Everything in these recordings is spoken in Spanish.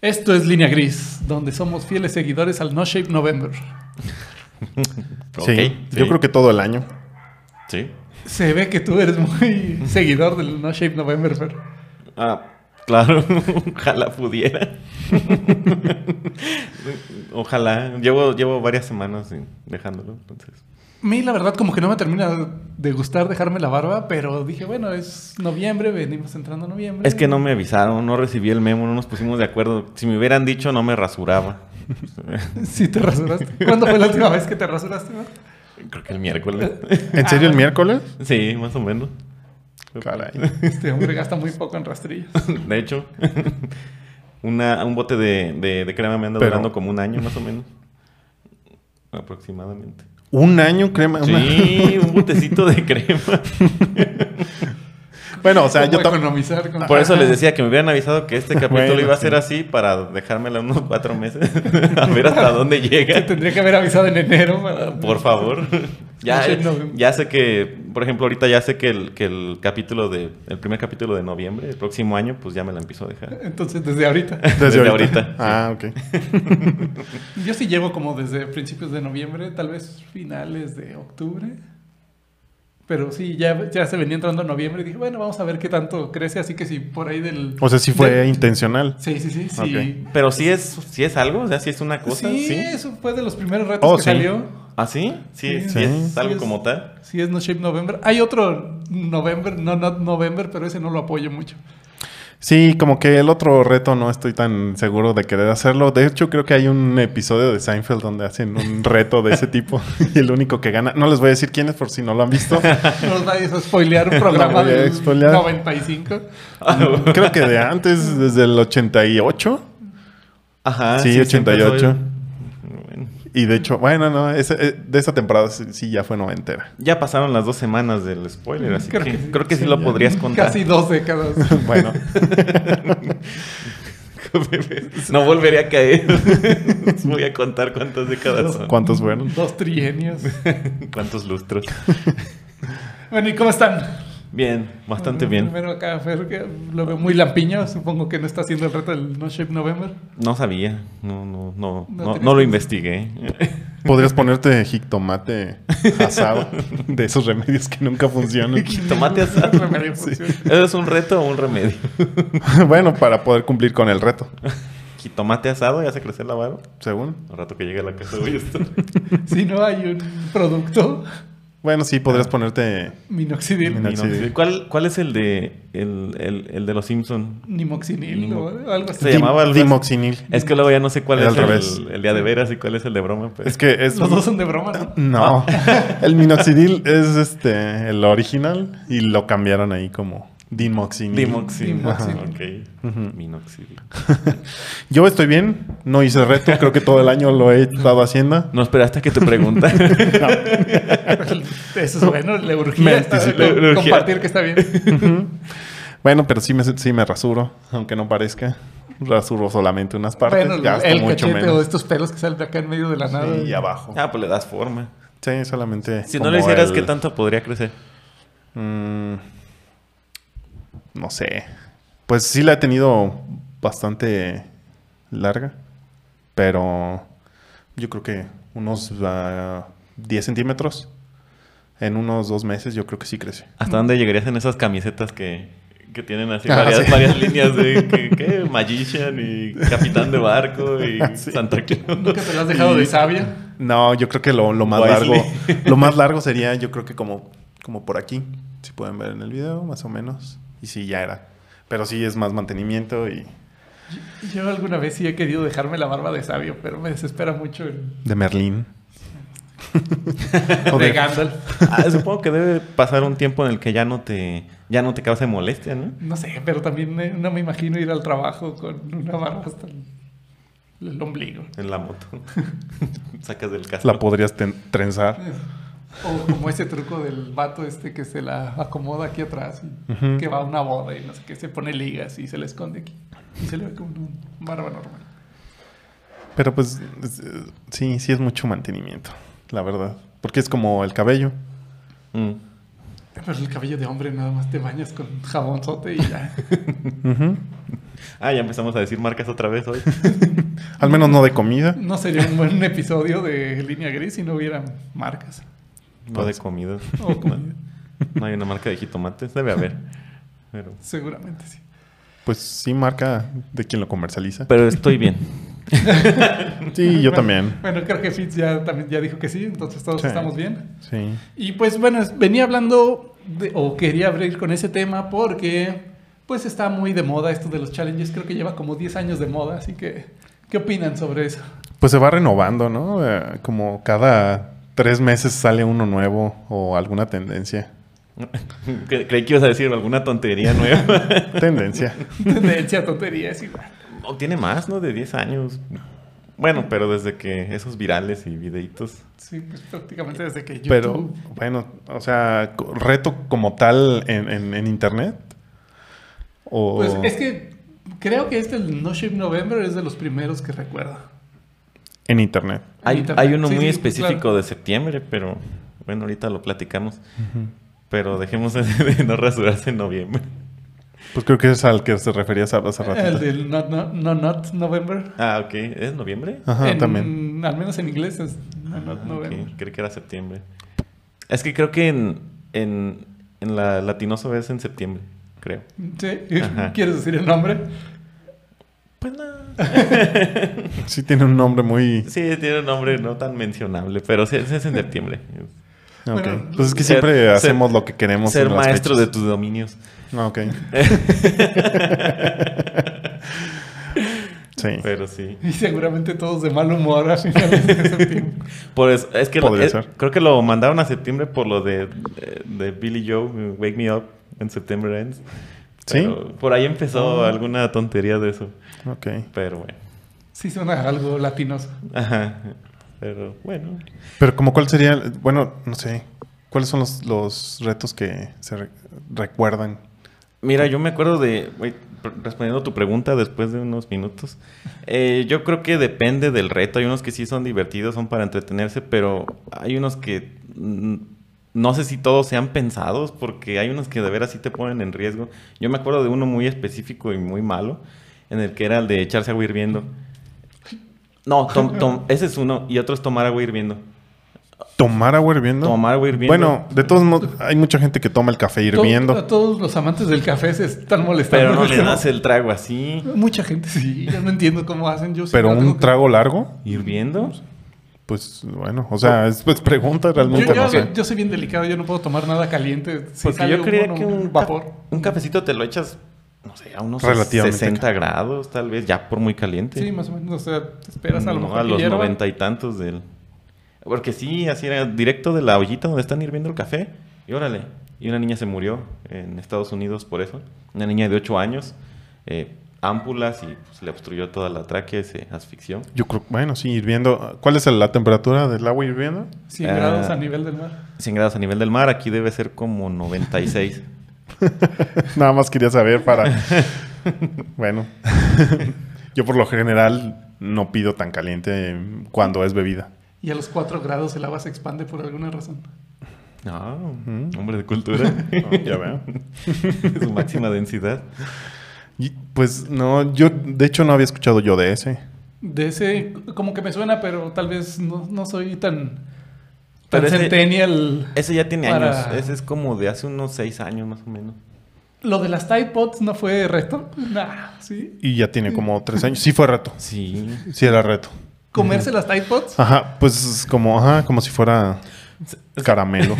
Esto es Línea Gris, donde somos fieles seguidores al No Shape November. Sí, yo creo que todo el año. Sí. Se ve que tú eres muy seguidor del No Shape November, Fer. Ah, claro. Ojalá pudiera. Ojalá. Llevo, llevo varias semanas sin- dejándolo, entonces. A mí, la verdad, como que no me termina de gustar dejarme la barba, pero dije, bueno, es noviembre, venimos entrando a noviembre. Es que no me avisaron, no recibí el memo, no nos pusimos de acuerdo. Si me hubieran dicho, no me rasuraba. Sí, te rasuraste. ¿Cuándo fue la última vez que te rasuraste? Fer? Creo que el miércoles. ¿En serio el miércoles? Sí, más o menos. Caray. Este hombre gasta muy poco en rastrillos. De hecho, una, un bote de, de- de crema me anda Pero- durando como un año, más o menos. Aproximadamente. Un año crema. una- Sí, un botecito de crema. Bueno, o sea, ¿Cómo yo tampoco. economizar. con- Por eso les decía que me hubieran avisado que este capítulo Bueno, iba a sí. ser así para dejármela unos cuatro meses. a ver hasta dónde Te llega. tendría que haber avisado en enero. para- Por favor. Ya, eh, No sé, no. ya sé que, por ejemplo, ahorita ya sé que el, que el capítulo de, el primer capítulo de noviembre, el próximo año, pues ya me la empiezo a dejar. Entonces, desde ahorita. Desde ahorita, sí. Ah, ok. Yo sí llevo como desde principios de noviembre, tal vez finales de octubre. Pero sí, ya, ya se venía entrando noviembre y dije, bueno, vamos a ver qué tanto crece. Así que si por ahí del. O sea, sí fue del- intencional. Sí, sí, sí. sí. Ok. Pero sí es, sí es algo, o sea, sí es una cosa. Sí, Sí. eso fue de los primeros retos Oh, que sí. salió. ¿Ah, sí? Sí, Sí, sí, sí. es algo Sí es- como tal. Sí, es No Shape November. Hay otro November, no Not November, pero ese no lo apoyo mucho. Sí, como que el otro reto no estoy tan seguro de querer hacerlo. De hecho, creo que hay un episodio de Seinfeld donde hacen un reto de ese tipo y el único que gana. No les voy a decir quién es por si no lo han visto. No nos vayas a spoilear un programa No voy a del spoilear. 95. Ah, Creo que de antes, desde el 88. Ajá. Sí, 88. siempre soy- Bueno. Y de hecho, bueno, no, ese- eh, de esa temporada sí, sí ya fue noventera. Ya pasaron las dos semanas del spoiler, así Mm, Creo que, que sí. creo que sí, Sí, lo ya. podrías contar. Casi dos décadas. Bueno, no volveré a caer. Voy a contar cuántas décadas son. ¿cuántos fueron? Dos trienios. Cuántos lustros. Bueno, ¿y cómo están? Bien, bastante Bueno, bien. Primero acá, Fer, que lo veo muy lampiño. Supongo que no está haciendo el reto del No Shape November. No sabía. No, no, no, No no, tenías no lo que- investigué. Podrías ponerte jitomate asado de esos remedios que nunca funcionan. Tomate asado. Remedio funciona. ¿Eso es un reto o un remedio? bueno, para poder cumplir con el reto, Jitomate asado y hace crecer la barba. según. Al rato que llegue a la casa voy a estar. Si no hay un producto, Bueno, sí, Ah. podrías ponerte minoxidil, Minoxidil. Minoxidil. ¿Cuál, ¿Cuál es el de el, el- el de los Simpson? nimoxinil o algo así. Se llamaba algo así. dimoxinil. Es que luego ya no sé cuál Era es al el, revés. el día de veras y cuál es el de broma. pero- Es que es... Los dos son Ah. de broma, ¿no? No, el minoxidil es este el original y lo cambiaron ahí como dimoxinil. Dimoxidil. Dimoxidil. Ajá, ok. Minoxidil. Yo estoy bien, no hice reto, creo que todo el año lo he estado haciendo. No esperaste a que te pregunta. Eso es bueno, le urgía, Me está- anticipé. co- Le urgía. compartir que está bien. Bueno, pero sí me, sí me rasuro, aunque no parezca. Rasuro solamente unas partes, bueno, gasto el mucho cachete o menos. estos pelos que salen de acá en medio de la nada. Y abajo. ah, pues le das forma. Sí, solamente. Si no como le hicieras, el- ¿qué tanto podría crecer? Mm, no sé. Pues sí la he tenido bastante larga, pero yo creo que unos ah, 10 centímetros. En unos dos meses yo creo que sí crece. ¿Hasta dónde llegarías en esas camisetas que, que tienen así Ah, varias, sí. varias líneas de que, que Magician y Capitán de Barco y Santa Claus? Nunca te lo has dejado de sabia. No, yo creo que lo, lo más Wisely. largo. Lo más largo sería, yo creo que como, como por aquí. Si pueden ver en el video, más o menos. Y sí, ya era. Pero sí es más mantenimiento y. Yo alguna vez sí he querido dejarme la barba de sabio, pero me desespera mucho el De Merlín. O de Gandalf. Ah, supongo que debe pasar un tiempo en el que ya no te, ya no te cause molestia, ¿no? No sé, pero también eh, no me imagino ir al trabajo con una barba hasta el, el ombligo. En la moto. Sacas del casco. La podrías ten- trenzar. O como ese truco del vato este que se la acomoda aquí atrás, y Ujú. que va a una boda y no sé qué, se pone ligas y se le esconde aquí. Y se le ve como una barba normal. Pero pues es- eh, sí, sí es mucho mantenimiento, la verdad. Porque es como el cabello. Mm. Pero el cabello de hombre nada más te bañas con jabón sote y ya. Ah, ya empezamos a decir marcas otra vez hoy. Al menos no de comida. No sería un buen episodio de Línea Gris si no hubiera marcas. No de comida. O comida. No hay una marca de jitomates, debe haber. Pero, Seguramente sí. Pues sí marca de quien lo comercializa. pero estoy bien. Sí, yo Bueno, también. Bueno, creo que Fitz ya, también, ya dijo que sí, entonces todos Sí. estamos bien. Sí. Y pues bueno, es- venía hablando de- o quería abrir con ese tema porque pues está muy de moda esto de los challenges, creo que lleva como 10 años de moda, así que ¿qué opinan sobre eso? Pues se va renovando, ¿no? Eh, como cada tres meses sale uno nuevo o alguna tendencia. Cre- Creí que ibas a decir alguna tontería nueva. Tendencia. Tendencia, tontería, es igual. No, tiene más, ¿no? De 10 años. Bueno, pero desde que esos virales y videitos. Sí, pues prácticamente desde que YouTube... Pero bueno, o sea, co- reto como tal en, en- en internet. O... Pues es que creo que este, el No Shave November, es de los primeros que recuerdo. En internet. Hay, Internet. hay uno Sí, muy sí, específico claro. de septiembre, pero bueno, ahorita lo platicamos. Pero dejemos de no rasurarse en noviembre. Pues creo que es al que se referías hace hace ratito. El del Not, Not- no, Not November. Ah, ok. ¿Es noviembre? Ajá, En- también. Al menos en inglés es No Ah, Not ok. November. Creí que era septiembre. Es que creo que en, en, en la latinoso es en septiembre, creo. Sí, Ajá. ¿quieres decir el nombre? Pues nada. Sí tiene un nombre muy... Sí, tiene un nombre no tan mencionable, pero sí, es en septiembre. Ok. Bueno, pues es que ser- siempre ser- hacemos lo que queremos. Ser en las maestro de fechas. tus dominios. Ah, Ok. Sí. Pero sí. Y seguramente todos de mal humor a finales de septiembre. Por eso- es que lo- Podría eh, ser. creo que lo mandaron a septiembre por lo de, de, de Billy Joe, Wake Me Up, en September Ends. ¿Sí? Ah. Pero Por ahí empezó alguna tontería de eso. Ok. Pero bueno. Sí suena algo latinoso. Ajá. Pero bueno. Pero como cuál sería... Bueno, no sé. ¿Cuáles son los, los retos que se re- recuerdan? Mira, yo me acuerdo de, güey, pr- respondiendo a tu pregunta después de unos minutos, eh, yo creo que depende del reto. Hay unos que sí son divertidos, son para entretenerse, pero hay unos que mm, no sé si todos sean pensados, porque hay unos que de veras sí te ponen en riesgo. Yo me acuerdo de uno muy específico y muy malo, en el que era el de echarse agua hirviendo. No, tom- tom- ese es uno, y otro es tomar agua hirviendo. ¿Tomar agua hirviendo? Tomar agua hirviendo. Bueno, de todos modos, hay mucha gente que toma el café hirviendo. To- a todos los amantes del café se están molestando. pero no en le este das el trago así, momento. Mucha gente sí, yo no entiendo cómo hacen. Yo sí pero no tengo un que- trago largo, hirviendo. pues bueno, o sea, es pues, pregunta Yo, realmente. yo- no sé. yo soy bien delicado, yo no puedo tomar nada caliente. Si Porque sale yo humo, creía no, que un vapor. vapor, un cafecito te lo echas, no sé, a unos Relativamente 60 grados, tal vez, ya por muy caliente. Sí. más o menos. O sea, te esperas a lo No, mejor. a que los hierva. noventa y tantos del. Porque sí, así era directo de la ollita donde están hirviendo el café. Y órale. Y una niña se murió en Estados Unidos por eso. Una niña de 8 años. Eh, ámpulas y pues, le obstruyó toda la tráquea y se asfixió. Yo creo, bueno, sí, hirviendo. ¿Cuál es la temperatura del agua hirviendo? 100 Ah. grados a nivel del mar. 100 grados a nivel del mar, aquí debe ser como 96. Nada más quería saber para. bueno, yo por lo general no pido tan caliente cuando es bebida. Y a los 4 grados el agua se expande por alguna razón. Ah, hombre de cultura. Ah, ya veo. Su máxima densidad. Y, pues no, yo de hecho no había escuchado yo de ese. De ese, como que me suena, pero tal vez no, no soy tan, tan Pero ese- centennial. Ese ya tiene Para- años. Ese es como de hace unos seis años más o menos. Lo de las Tide Pods no fue reto. Nah, sí. Y ya tiene como tres años. Sí fue reto. Sí. Sí era reto. Comerse las Tide Pods. Ajá, pues como, ajá, como si fuera caramelo.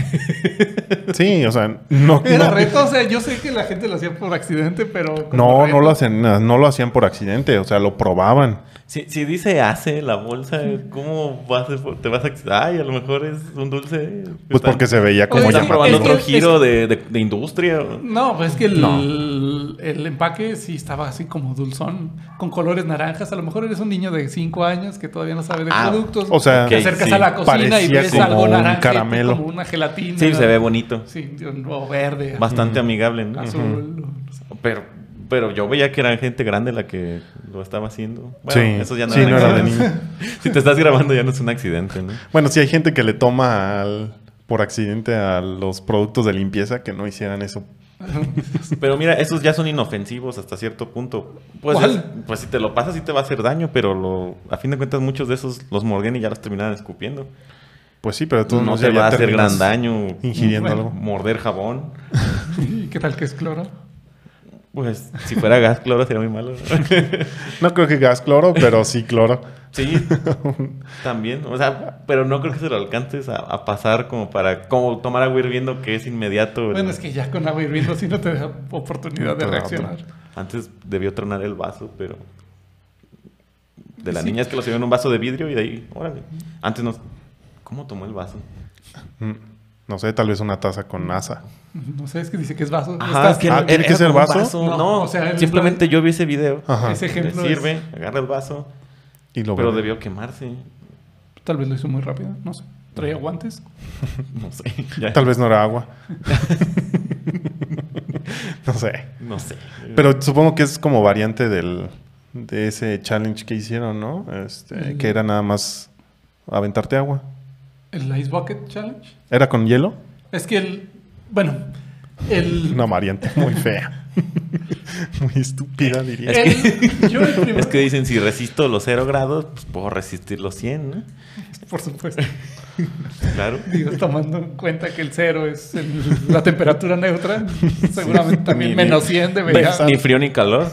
Sí, o sea, no. Era no, reto, o sea, yo sé que la gente lo hacía por accidente, pero. como No, reto. no lo hacían, no lo hacían por accidente, o sea, lo probaban. Si, si dice hace la bolsa, ¿cómo vas a, te vas a... Ay, a lo mejor es un dulce. Pues porque se veía como Oye, Están sí, llamativo. probando es otro que- giro de, de- de industria. No, pues es que el, No. el empaque sí estaba así como dulzón, con colores naranjas. A lo mejor eres un niño de 5 años que todavía no sabe de Ah, productos. o sea, te ok, acercas sí. a la cocina y Parecía ves como algo un naranja, caramelo. como una gelatina. Sí, se ve bonito. Sí, o verde, Bastante amigable, ¿no? azul. no sé. Pero, pero yo veía que era gente grande la que lo estaba haciendo. Bueno, sí, eso ya no, sí, era no era de accidente. niño. Si te estás grabando ya no es un accidente, ¿no? Bueno, sí hay gente que le toma al por accidente a los productos de limpieza que no hicieran eso. Pero mira, esos ya son inofensivos hasta cierto punto. Pues, ¿Cuál? es- pues si te lo pasas sí te va a hacer daño, pero lo, a fin de cuentas muchos de esos los morguen y ya los terminaron escupiendo. Pues sí, pero tú No, te va a hacer gran daño mm, ingiriendo Bueno. algo. morder jabón. ¿Y qué tal que es cloro? Pues si fuera gas cloro sería muy malo. No creo que gas cloro, pero sí cloro. sí, también. O sea, pero no creo que se lo alcances a, a pasar como para como tomar agua hirviendo que es inmediato. el- Bueno, es que ya con agua hirviendo sí no te da oportunidad de Claro. reaccionar. Antes debió tronar el vaso, pero. De las Sí. niñas que lo sirvió en un vaso de vidrio y de ahí, órale. Antes no. ¿Cómo tomó el vaso? Mm, No sé, tal vez una taza con asa. No sé, es que dice que es vaso. Ajá, Estás- es que Ah, era- ¿tiene que era ser como un vaso? No, No, o sea, él simplemente yo vi ese video. Ajá. Ese Le ejemplo sirve, es- agarra el vaso, Y lo pero bebe. debió quemarse. tal vez lo hizo muy rápido, no sé. Traía guantes. No sé. ya, Tal vez no era agua. no sé. No sé. Pero supongo que es como variante del, de ese challenge que hicieron, ¿no? Este, El- Que era nada más aventarte agua. El Ice Bucket Challenge. ¿Era con hielo? Es que el. Bueno, el. Una variante muy fea. muy estúpida, diría. el- yo el primero- Es que dicen, si resisto los 0 grados, pues puedo resistir los 100, ¿no? Por supuesto. Claro. Digo, tomando en cuenta que el cero es el- la temperatura neutra, seguramente también Ni- menos ni- 100 debería, Ni frío ni calor.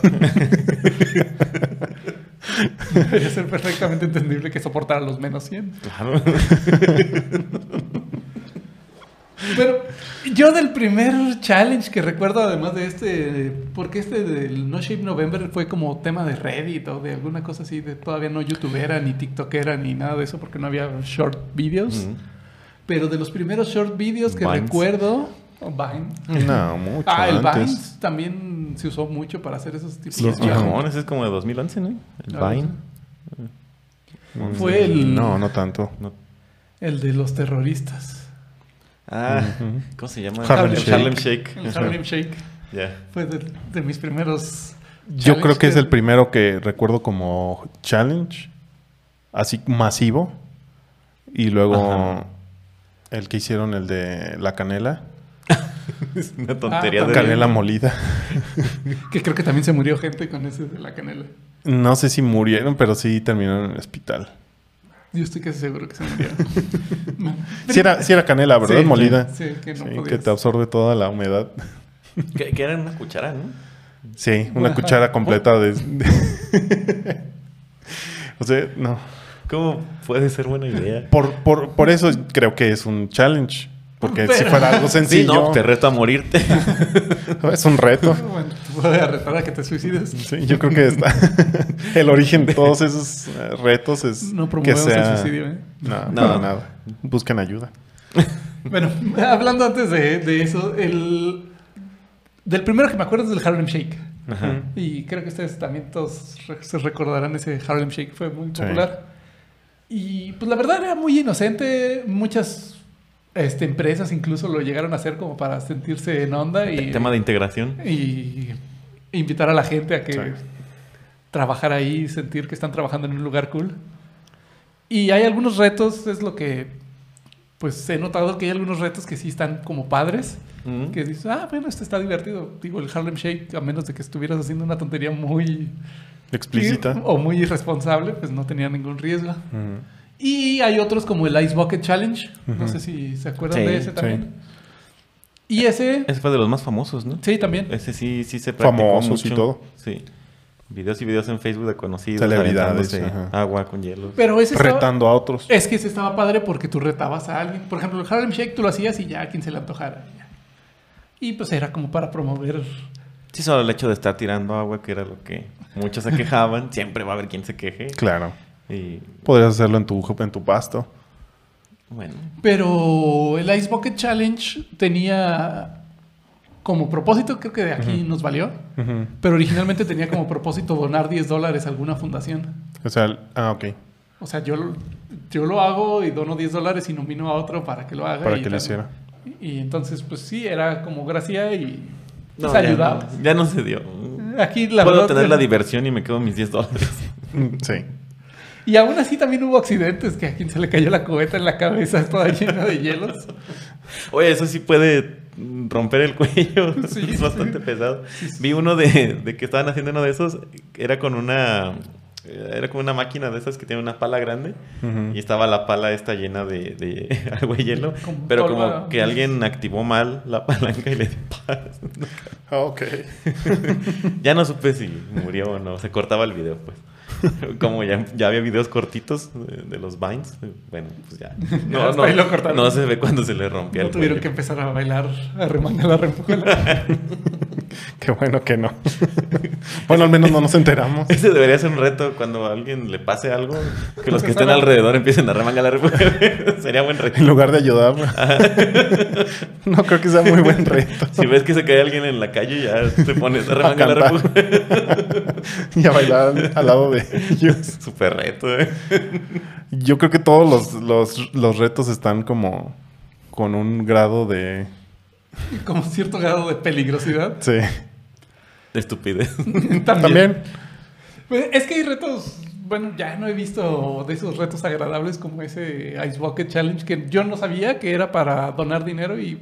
debería ser perfectamente entendible que soportara los menos 100. Claro. Pero yo del primer challenge que recuerdo, además de este, porque este del No Shape November fue como tema de Reddit o de alguna cosa así, de todavía no youtubera, ni tiktokera, ni nada de eso, porque no había short videos. Mm. Pero de los primeros short videos que Vines. recuerdo, o Vine. No, mucho Ah, el antes. Vines también se usó mucho para hacer esos tipos Sí, de es Ajá. challenges. viejón, ese es como de 2011, ¿no? El Claro. Vine. Mm, Fue el- No, no tanto. No. El de los terroristas. Ah, Ujú. ¿cómo se llama? Harlem El Shake. Harlem Shake. El Harlem Shake Ya. fue de, de mis primeros. Yo creo que es el primer primero que recuerdo como challenge, así masivo. Y luego Ajá. el que hicieron, el de la canela. Es una tontería Ah, de Canela molida. Que creo que también se murió gente con ese de la canela. No sé si murieron, pero sí terminaron en el hospital. Yo estoy casi seguro que se murieron. Si era, sí era canela, ¿verdad? Sí, molida. Sí, que no Sí, podías. que te absorbe toda la humedad. Que, que era una cuchara, ¿no? Sí, una Ajá. cuchara completa de... de- o sea, no. ¿Cómo puede ser buena idea? Por, por, por eso creo que es un challenge. Porque si Pero- fuera algo Sí, sencillo, no, te reto a morirte. es un reto. Bueno, te voy a retar a que te suicides. Sí, yo creo que está. el origen de todos esos eh, retos es No que promovemos el sea... suicidio, ¿eh? No, No. para nada. Busquen ayuda. Bueno, hablando antes de, de eso, el. Del primero que me acuerdo es del Harlem Shake. Ajá. Y creo que ustedes también todos re- se recordarán ese Harlem Shake, fue muy Sí. popular. Y pues la verdad era muy inocente, muchas este, empresas incluso lo llegaron a hacer como para sentirse en onda y, El tema de integración. y invitar a la gente a que Sí. trabajar ahí y sentir que están trabajando en un lugar cool. Y hay algunos retos, es lo que pues he notado que hay algunos retos que sí están como padres Mm. que dices, ah, bueno, esto está divertido. Digo, el Harlem Shake, a menos de que estuvieras haciendo una tontería muy Explícita. o muy irresponsable, pues no tenía ningún riesgo. Mm. Y hay otros como el Ice Bucket Challenge, no Ujú. sé si se acuerdan Sí, de ese sí. también. Y ese, Ese fue de los más famosos, ¿no? sí, también. Ese sí, sí se practicó Famosos y mucho. todo. Sí. Videos y videos en Facebook de conocidos. Celebridades, aventándose ajá. Agua con hielo. Pero ese estaba- Retando a otros. es que ese estaba padre porque tú retabas a alguien. Por ejemplo, el Harlem Shake tú lo hacías y ya a quien se le antojara. ya. Y pues era como para promover. Sí, solo el hecho de estar tirando agua, que era lo que muchos se quejaban. Siempre va a haber quien se queje. Claro. Y Podrías hacerlo en tu, en tu pasto. bueno, Pero el Ice Bucket Challenge tenía como propósito, creo que de aquí nos valió, Ujú. pero originalmente tenía como propósito donar 10 dólares a alguna fundación. O sea, el- ah, ok. O sea, yo, lo- yo lo hago y dono 10 dólares y nomino a otro para que lo haga. Para y que lo tal. hiciera. Y entonces, pues sí, era como gracia y No, pues, ya ayudaba. no- Ya no se dio. Aquí la Puedo verdad, tener la diversión y me quedo mis 10 dólares. Mm, Sí. Y aún así también hubo accidentes, que a quien se le cayó la cubeta en la cabeza toda llena de hielos. Oye, eso sí puede romper el cuello. Sí, es bastante sí. pesado. Sí, sí. Vi uno de, de que estaban haciendo uno de esos. Era con una. eh, Era como una máquina de esas que tiene una pala grande. Ujú. Y estaba la pala esta llena de, de agua y hielo. Como pero tolva. como que alguien activó mal la palanca y le dio paz. Ah, ok. Ya no supe si murió o no. Se cortaba el video, pues. Como ya, ya había videos cortitos de, de los Vines, bueno, pues ya. No, hasta no, ahí lo cortaron. no se ve cuando se le rompía No el tuvieron cuello. que empezar a bailar, a remangar la rempujola. Qué bueno que no. bueno, al menos no nos enteramos. Ese debería ser un reto cuando a alguien le pase algo, que los que estén Empezar a- alrededor empiecen a remangar la repuja. Sería buen reto. En lugar de ayudarla. no creo que sea muy buen reto. Si ves que se cae alguien en la calle, ya te pones a A remangar la cantar. repuja. y a bailar al, al lado de ellos. Super reto, ¿eh? Yo creo que todos los, los, los retos están como con un grado de... Como cierto grado de peligrosidad. Sí, De estupidez. También. también. Pues, Es que hay retos, bueno, ya no he visto de esos retos agradables como ese Ice Bucket Challenge que yo no sabía que era para donar dinero y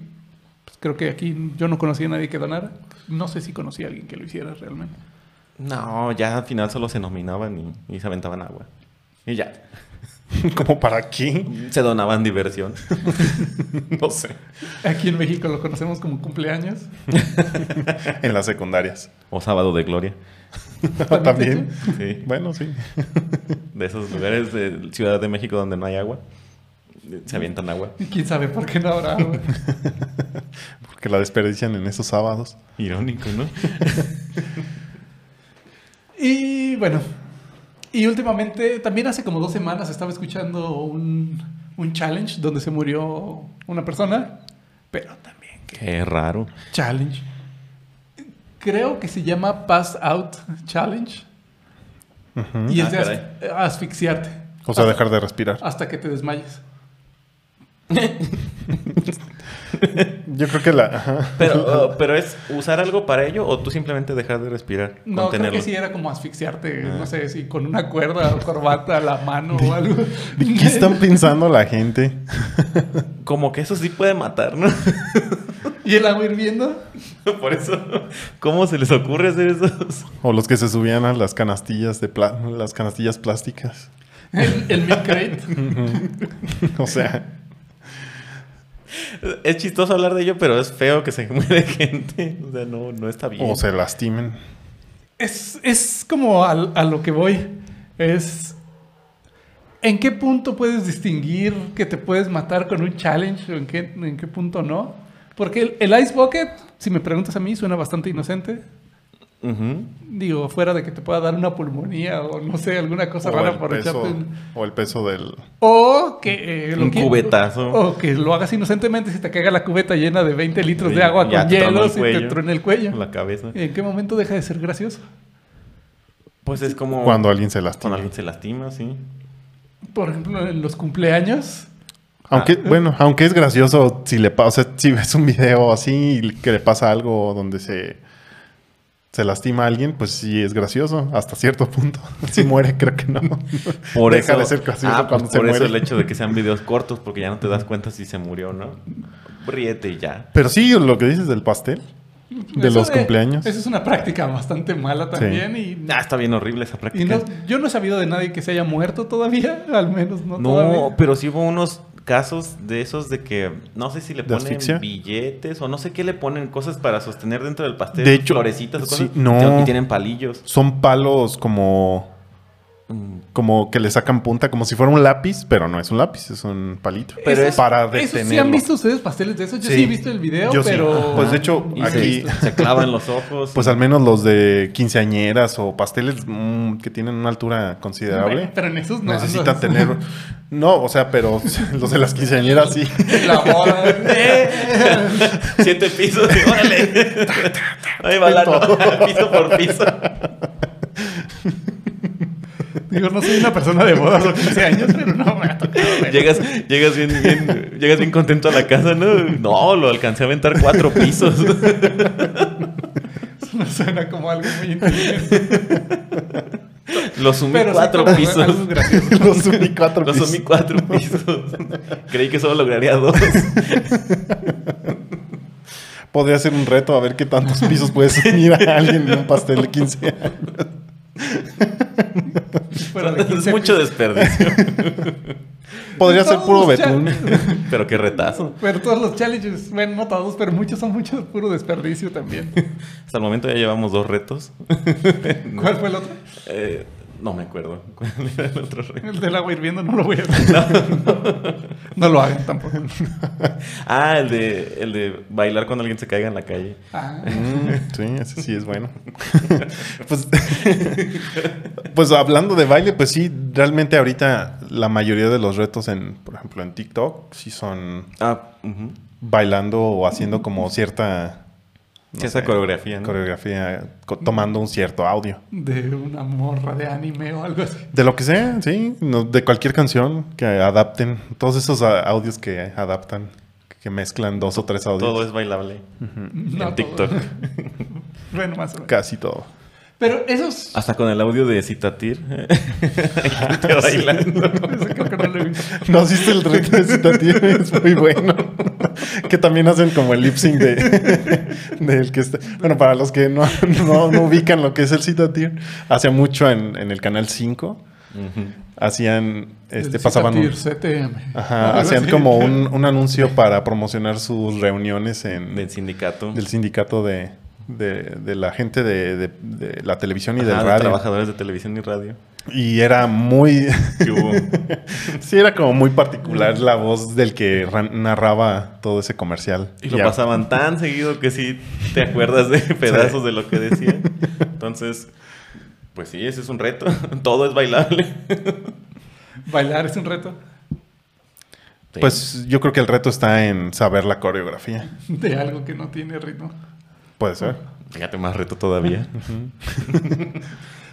pues, creo que aquí yo no conocía a nadie que donara. No sé si conocí a alguien que lo hiciera realmente. No, ya al final solo se nominaban y, y se aventaban agua. Y ya. Como para aquí. Se donaban diversión. no sé. Aquí en México lo conocemos como cumpleaños. En las secundarias. O sábado de gloria. también. Sí. Bueno, sí. De esos lugares de Ciudad de México donde no hay agua. Se avientan agua. Y quién sabe por qué no habrá. güey. Porque la desperdician en esos sábados. Irónico, ¿no? Y bueno, y últimamente, también hace como dos semanas estaba escuchando un, un challenge donde se murió una persona, pero también Qué raro. Challenge. Creo que se llama Pass Out Challenge. Ujú. Y es Ah, de as- asfixiarte. Mm. O sea, hasta, dejar de respirar. hasta que te desmayes. Yo creo que la... ajá. Pero, uh, pero es usar algo para ello o tú simplemente dejar de respirar, No, creo contenerlo. que sí era como asfixiarte, Ah. no sé, si con una cuerda o corbata a la mano o algo. ¿De qué están pensando la gente? Como que eso sí puede matar, ¿no? Y el agua hirviendo. Por eso, ¿cómo se les ocurre hacer eso? O los que se subían a las canastillas de pla- las canastillas plásticas. El, el milk crate. O sea, Es chistoso hablar de ello, pero es feo que se muere gente. O sea, no, no está bien. o se lastimen. Es, es como al- a, lo que voy. Es. ¿En qué punto puedes distinguir que te puedes matar con un challenge o en qué, en qué punto no? Porque el, el Ice Bucket, si me preguntas a mí, suena bastante inocente. Ujú. Digo, fuera de que te pueda dar una pulmonía o no sé, alguna cosa O rara el por peso- echarte un- o el peso del... O que. eh, lo Un que- cubetazo. O que lo hagas inocentemente si te caiga la cubeta llena de 20 litros Sí, de agua ya con te tronó el hielos y te cuello. truena el cuello. La cabeza. ¿En qué momento deja de ser gracioso? Pues es como Cuando alguien se lastima. cuando alguien se lastima, sí. Por ejemplo, en los cumpleaños. Aunque, Ah. bueno, aunque es gracioso si le pasa, o sea, si ves un video así y que le pasa algo donde se, se lastima a alguien, pues sí es gracioso hasta cierto punto. Si muere, creo que no. Por Deja eso, de ser gracioso Ah, pues cuando se por eso muere. el hecho de que sean videos cortos, porque ya no te das cuenta si se murió o no. Ríete y ya. Pero sí, lo que dices del pastel. De Eso los cumpleaños. Esa es una práctica bastante mala también. y- Ah, está bien horrible esa Y, práctica. no, yo no he sabido de nadie que se haya muerto todavía, al menos no, No, todavía. pero sí hubo unos casos de esos de que no sé si le ¿De ponen asfixia? billetes o no sé qué le ponen cosas para sostener dentro del pastel, De hecho, florecitas o sí, cosas. no. Y tienen palillos. Son palos como, Mm, como que le sacan punta, como si fuera un lápiz, pero no es un lápiz, es un palito. Pero es- para Eso, detenerlo. ¿Sí han visto ustedes pasteles de esos? Yo sí, Sí. he visto el video, Yo sí. pero... Pues, de hecho, Y Y se- aquí- sí. se, clavan los ojos. Pues al menos los de quinceañeras o pasteles mm, que tienen una altura considerable. Bueno, pero en esos no. necesitan no- tener. No, o sea, pero los de las quinceañeras sí. La boda. Eh. Siete pisos, y órale. Ahí va la Todo. nota, piso por piso. Digo, no soy una persona de bodas o 15 años, pero no me ha tocado ver. Llegas, llegas bien, bien, llegas bien contento a la casa, ¿no? No, lo alcancé a aventar cuatro pisos. Eso no suena como algo muy inteligente. Los sumí Pero sí, cuatro como pisos. algo gracioso. Los subí cuatro Los pisos. sumí cuatro pisos. Creí que solo lograría dos. Podría ser un reto a ver qué tantos pisos puedes unir a alguien en un pastel de 15 años. Fuera de es 15 mucho desperdicio. Podría ser Todos puro los betún. chal- Pero qué retazo. Pero todos los challenges, bueno, no todos, pero muchos son mucho puro desperdicio también. Hasta el momento ya llevamos dos retos. ¿Cuál fue el otro? Eh, no me acuerdo. ¿Cuál era el otro reto? El del agua hirviendo no lo voy a hacer. No lo hagan tampoco. Ah, el de, el de bailar cuando alguien se caiga en la calle. Ah, Mm, sí, ese sí es bueno. pues, pues hablando de baile, pues sí, realmente ahorita la mayoría de los retos en, por ejemplo, en TikTok, sí son Ah, ujú. bailando o haciendo como cierta no Sí, esa sé, coreografía, ¿no? coreografía, co- tomando un cierto audio. de una morra de anime o algo así. De lo que sea, sí, no- de cualquier canción que adapten, todos esos a- audios que adaptan, que mezclan dos o tres audios, Todo es bailable No, en TikTok. todo. Bueno, más o menos. casi todo. Pero esos. Ah, Hasta con el audio de Citatir. Gente bailando. Eso creo que no lo he visto. ¿No has visto el reto de Citatín? Es muy bueno. que también hacen como el lip sync de, del que está. Bueno, para los que no, no, no ubican lo que es el Citatín, hacía mucho en, en el canal 5, Ujú. hacían, este, El Ah, pasaban un- Citatir CTM. Ajá, Algo hacían así. como un, un anuncio para promocionar sus reuniones en, Del sindicato. del sindicato de, de, de la gente de, de- de la televisión y Ajá, del de radio. trabajadores de televisión y radio. Y era muy... Que hubo- sí, era como muy particular la voz del que ra- narraba todo ese comercial. Y lo Ya- pasaban tan seguido que sí te acuerdas de pedazos de lo que decía. Entonces, pues sí, ese es un reto. Todo es bailable. Bailar es un reto Sí. Pues yo creo que el reto está en saber la coreografía. de algo que no tiene ritmo. Puede ser. Fíjate, más reto todavía.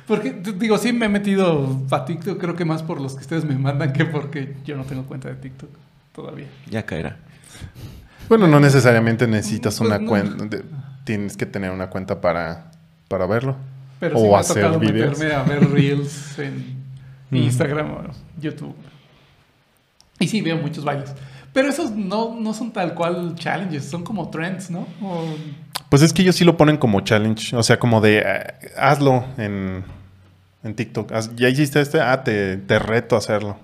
Porque, d- digo, sí me he metido a TikTok, creo que más por los que ustedes me mandan que porque yo no tengo cuenta de TikTok todavía. Ya caerá. Bueno, no necesariamente necesitas Pues una no. cuenta... de- Tienes que tener una cuenta para, para verlo. Pero O sí me ha hacer tocado videos. meterme a ver reels en Mm. Instagram o YouTube. Y sí, veo muchos bailes. Pero esos no, no son tal cual challenges, son como trends, ¿no? O- Pues es que ellos sí lo ponen como challenge, o sea, como de eh, hazlo en, en TikTok. Haz- ya hiciste este, ah, te, te reto a hacerlo.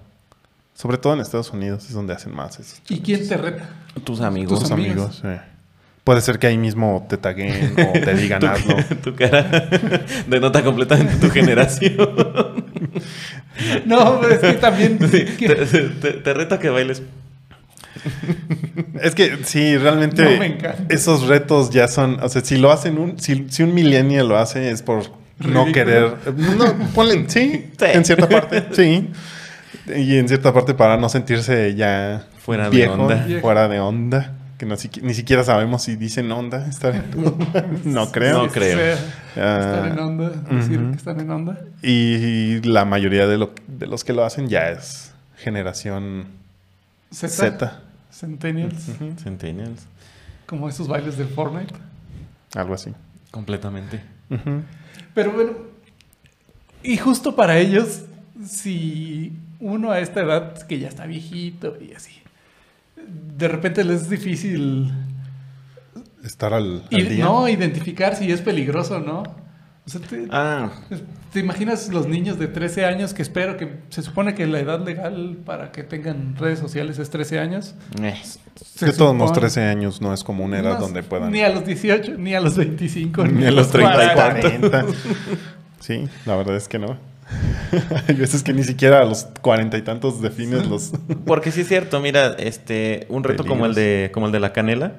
Sobre todo en Estados Unidos es donde hacen más eso. ¿Y quién te reta? Tus Tus amigos. Tus amigos. amigos. sí. Puede ser que ahí mismo te taguen o te digan tu, hazlo. tu cara denota completamente tu generación. No, pero es que también... Sí, que- te, te- te reto a que bailes. Es que sí, realmente No, me encanta. esos retos ya son, o sea, si lo hacen un, si, si un millennial lo hace es por no Ridículo. querer, no, ponle, sí, Sí. en cierta parte, sí, y en cierta parte para no sentirse ya Fuera de onda. Viejo. fuera de onda, que no si- ni siquiera sabemos si dicen onda, está bien. no creo. No creo. sea, Ah, Estar en onda, decir ujú. que están en onda. y la mayoría de, lo- de los que lo hacen ya es generación Z. Z, Centennials. Ujú. Centennials. Como esos bailes de Fortnite. algo así. Completamente. Ujú. Pero bueno. Y justo para ellos, si uno a esta edad que ya está viejito y así, de repente les es difícil Estar al, al y- día. no identificar si es peligroso o no. O sea, te, Ah, ¿te imaginas los niños de 13 años que espero que se supone que la edad legal para que tengan redes sociales es 13 años? eh, Se de todos modos, supone. 13 años no es como una edad No, donde puedan. Ni a los 18, ni a los 25, ni a los 30 y 40. 40. Sí, la verdad es que no. Hay veces que ni siquiera a los cuarenta y tantos defines los. Porque sí es cierto, mira, este, un reto como el de, como el de la canela,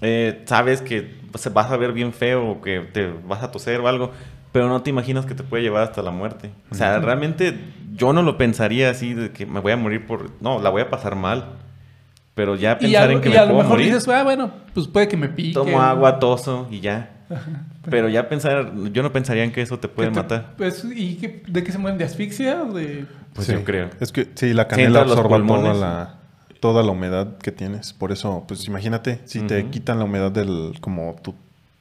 eh, sabes que se- vas a ver bien feo o que te vas a toser o algo, pero no te imaginas que te puede llevar hasta la muerte. O sea, realmente yo no lo pensaría así de que me voy a morir por, no, la voy a pasar mal. Pero ya Y pensar a, en que y me a lo puedo mejor morir, dices, ah, bueno, pues puede que me pique. tomo agua, toso y ya. Pero ya pensar, yo no pensaría en que eso te que puede te- matar. pues, ¿Y qué- de qué se mueren? ¿De asfixia? o de- Pues Sí. yo creo. Es que sí, la entra canela a los absorba toda pulmones. la, toda la humedad que tienes. Por eso, pues imagínate, si te Ujú. quitan la humedad del, como tu,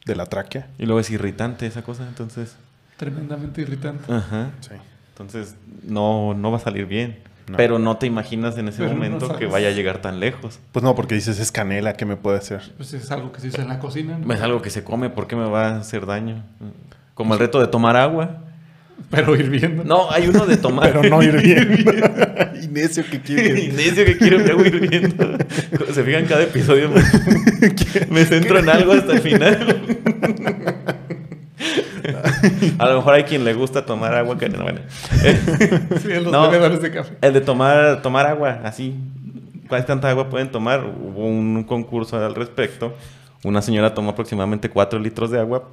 de la tráquea. Y luego es irritante esa cosa, entonces. Ah. Tremendamente irritante. Ajá. Sí. Entonces, no, no va a salir bien. No. Pero no te imaginas en ese Pero no momento que sabes. vaya a llegar tan lejos. Pues no, porque dices, es canela, ¿qué me puede hacer? Pues es algo que se usa en la cocina. ¿no? Es algo que se come, ¿por qué me va a hacer daño? Como el reto de tomar agua. Pero hirviendo. No, hay uno de tomar. Pero no ir bien. Inecio que quiere. Inicio que quiero que hago hirviendo. Se fijan cada episodio. Me, me centro en algo hasta el final. A lo mejor hay quien le gusta tomar agua que no, bueno. Sí, en los No. bebedores de café. El de tomar, tomar agua, así. ¿Cuál tanta agua pueden tomar? Hubo un concurso al respecto. Una señora tomó aproximadamente 4 litros de agua.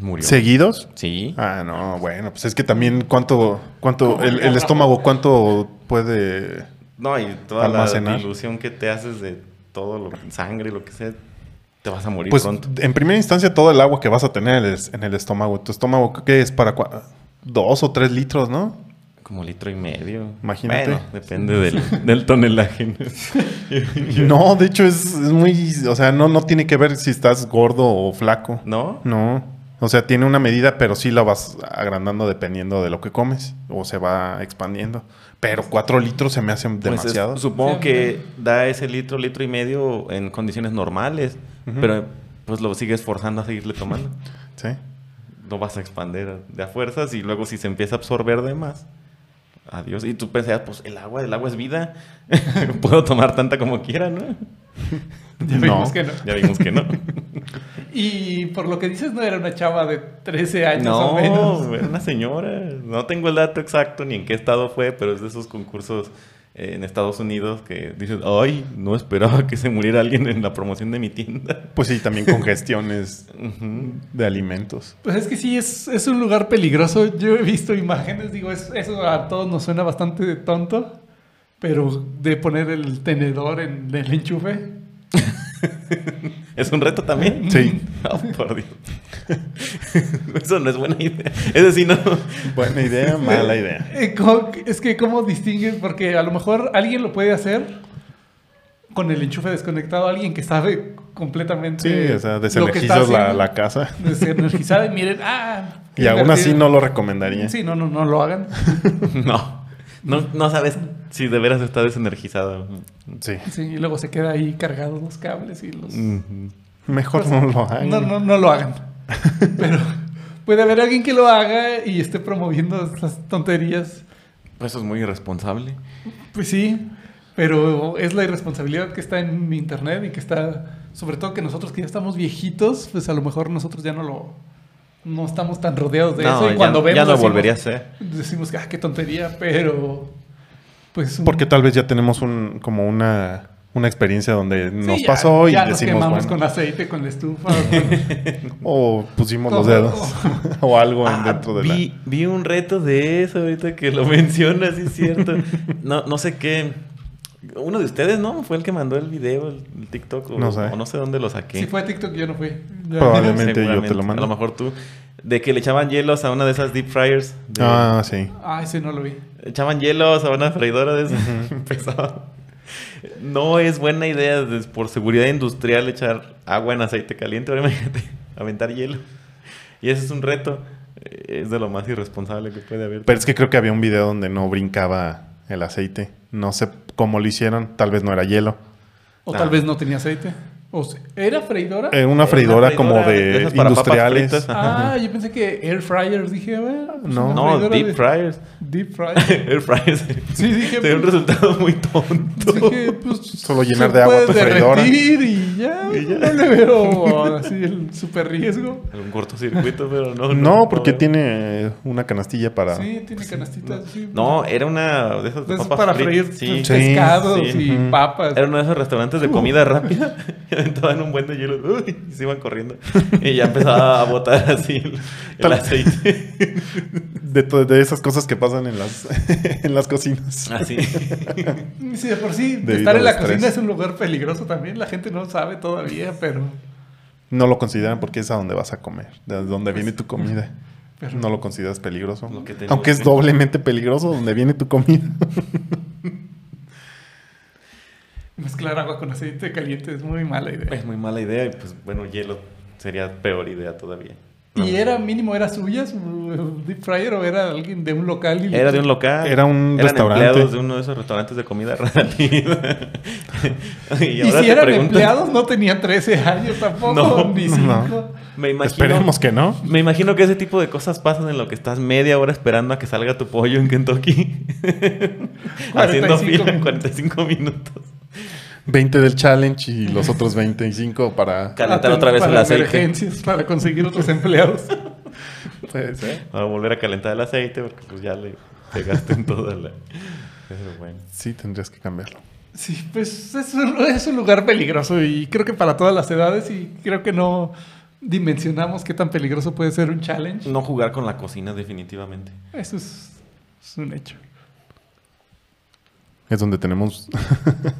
Murió. ¿Seguidos? Sí. Ah, no, bueno, pues es que también cuánto, cuánto, el, el estómago, cuánto puede... No, y toda la Almacenar. ilusión que te haces de todo lo que sangre, lo que sea, te vas a morir Pues pronto. en primera instancia todo el agua que vas a tener en el, en el estómago. ¿Tu estómago qué es para cua- dos o tres litros, no? Como litro y medio. Imagínate. Bueno, depende del, del tonelaje. ¿no? No, de hecho es, es muy... O sea, no, no tiene que ver si estás gordo o flaco. ¿No? Pues, No. O sea, tiene una medida, pero sí la vas agrandando dependiendo de lo que comes. O se va expandiendo. Pero cuatro litros se me hacen Pues es- demasiado. Sí, supongo a mí que da ese litro, litro y medio en condiciones normales, pero pues lo sigues forzando a seguirle tomando. Sí. lo vas a expandir de a fuerzas y luego si se empieza a absorber de más, adiós. Y tú pensabas, pues el agua, el agua es vida, puedo tomar tanta como quiera, ¿no? Ya vimos que no. Ya vimos que no. Y por lo que dices, no era una chava de 13 años o menos. no, era una señora, no tengo el dato exacto ni en qué estado fue, pero es de esos concursos eh, en Estados Unidos que dices, ay, no esperaba que se muriera alguien en la promoción de mi tienda. Pues sí, también congestiones de alimentos. Pues es que sí, es, es un lugar peligroso. Yo he visto imágenes, digo, es- eso a todos nos suena bastante de tonto, pero de poner el tenedor en el enchufe. Es un reto también. Sí. Oh, por Dios. Eso no es buena idea. Es decir, no. Buena idea, mala idea. Eh, ¿cómo- es que, ¿cómo distingues? Porque a lo mejor alguien lo puede hacer con el enchufe desconectado, alguien que sabe completamente. Sí, o sea, lo que está desenergizas la, haciendo. la casa. Desenergizada y miren, ah. Y aún así invertir. no lo recomendaría. Sí, no, no, no lo hagan. No, no, no sabes si de veras está desenergizado. Sí. Sí, y luego se queda ahí cargados los cables y los. Mm. Mejor no lo hagan. Pues, No, no, no lo hagan. Pero puede haber alguien que lo haga y esté promoviendo esas tonterías. Pues eso es muy irresponsable. Pues sí, pero es la irresponsabilidad que está en internet y que está, sobre todo que nosotros que ya estamos viejitos, pues a lo mejor nosotros ya no lo, no estamos tan rodeados de eso. Y ya- cuando ya, vemos no decimos- volvería a ser. Decimos, ah, qué tontería, pero pues un- Porque tal vez ya tenemos un, como una, una experiencia donde sí, nos ya- pasó y ya nos decimos, quemamos bueno, con aceite, con la estufa, con- o pusimos los Todo. dedos o algo en Ah, dentro de vi, vi un reto de eso ahorita que lo mencionas, sí es cierto. No, no sé qué. Uno de ustedes, ¿no? Fue el que mandó el video, el, el TikTok. O o No no, sé. sé. dónde lo saqué. si fue TikTok yo no fui. Probablemente. yo te lo mando. A lo mejor tú. De que le echaban hielos a una de esas deep fryers. de- la... Ah, sí. Ah, ese no lo vi. Echaban hielos a una freidora de esas. Pesado. No es buena idea des- por seguridad industrial echar agua en aceite caliente. Ahora imagínate, aventar hielo. Y ese es un reto. Eh, Es de lo más irresponsable que puede haber. Pero es que creo que había un video donde no brincaba el aceite. No sé cómo lo hicieron. Tal vez no era hielo. O Ah. tal vez no tenía aceite. O se- ¿Era freidora? Eh, una, Era freidora como de esas para papas industriales. fritas. Ah, yo pensé que air fryers. Dije, bueno. pues No. una no, freidora de- deep fryers. Deep fryer. Air fryers. Sí, dije. Te da un pues, resultado muy tonto. dije, pues, Solo llenar se de agua puede tu freidora. derretir Y ya, pues, no le veo así el super riesgo. Algún cortocircuito, pero no. No, porque veo. tiene una canastilla para... pues Sí, tiene canastitas. sí. No, era una de esas Eso es papas para fritas, freír sí. Sí, pescados sí. y Ujú. papas. Era uno de esos restaurantes de comida rápida. Y aventaban un buen de hielo. uy, y se iban corriendo. Y ya empezaba a botar así el, el Tal- aceite. De, to- de esas cosas que pasan en las, en las cocinas. Así. Sí, de por sí, Debido estar en al la estrés. cocina es un lugar peligroso también. La gente no sabe todavía, pero. No lo consideran porque es a donde vas a comer, de donde viene tu comida. pero No lo consideras peligroso. Lo que te Aunque es nutre. doblemente peligroso donde viene tu comida. Mezclar agua con aceite caliente es muy mala idea. Es muy mala idea. Y pues bueno, hielo sería peor idea todavía. ¿Y era mínimo, era suya su deep fryer o era alguien de un local? y- Era de un local. Era un Eran restaurante. empleados de uno de esos restaurantes de comida rápida. Y, y si eran preguntas- empleados, no tenían 13 años tampoco, No, ni no. 5. Me imagino, Esperemos que no. me imagino que ese tipo de cosas pasan en lo que estás media hora esperando a que salga tu pollo en Kentucky. 45 Haciendo fila en minutos. 45 minutos. 20 del challenge y los otros 25 para... Calentar otra vez Ah, para el aceite. emergencias, para conseguir otros empleados. Puede ser. Para volver a calentar el aceite porque pues ya le pegaste en toda la... Pero bueno. Sí, tendrías que cambiarlo. Sí, pues es un, es un lugar peligroso y creo que para todas las edades y creo que no dimensionamos qué tan peligroso puede ser un challenge. No jugar con la cocina definitivamente. Eso es, es un hecho. Es donde tenemos Pues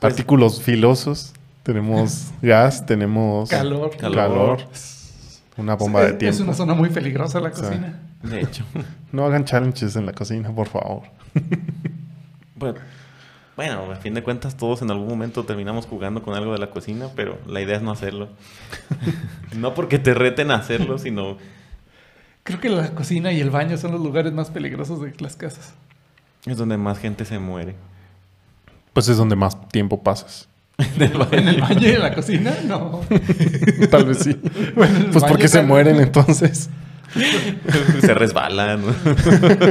artículos filosos, tenemos gas, tenemos Calor. Calor. calor, una bomba es, de Es tiempo. una zona muy peligrosa la Sí. cocina. De hecho. No hagan challenges en la cocina, por favor. Bueno, bueno, a fin de cuentas todos en algún momento terminamos jugando con algo de la cocina, pero la idea es no hacerlo. no porque te reten a hacerlo, sino Creo que la cocina y el baño son los lugares más peligrosos de las casas. es donde más gente se muere. Pues es donde más tiempo pasas. En el baño. ¿En el baño y en la cocina? No. Tal vez sí. Bueno, en el Pues baño porque se tal- mueren entonces. se resbalan.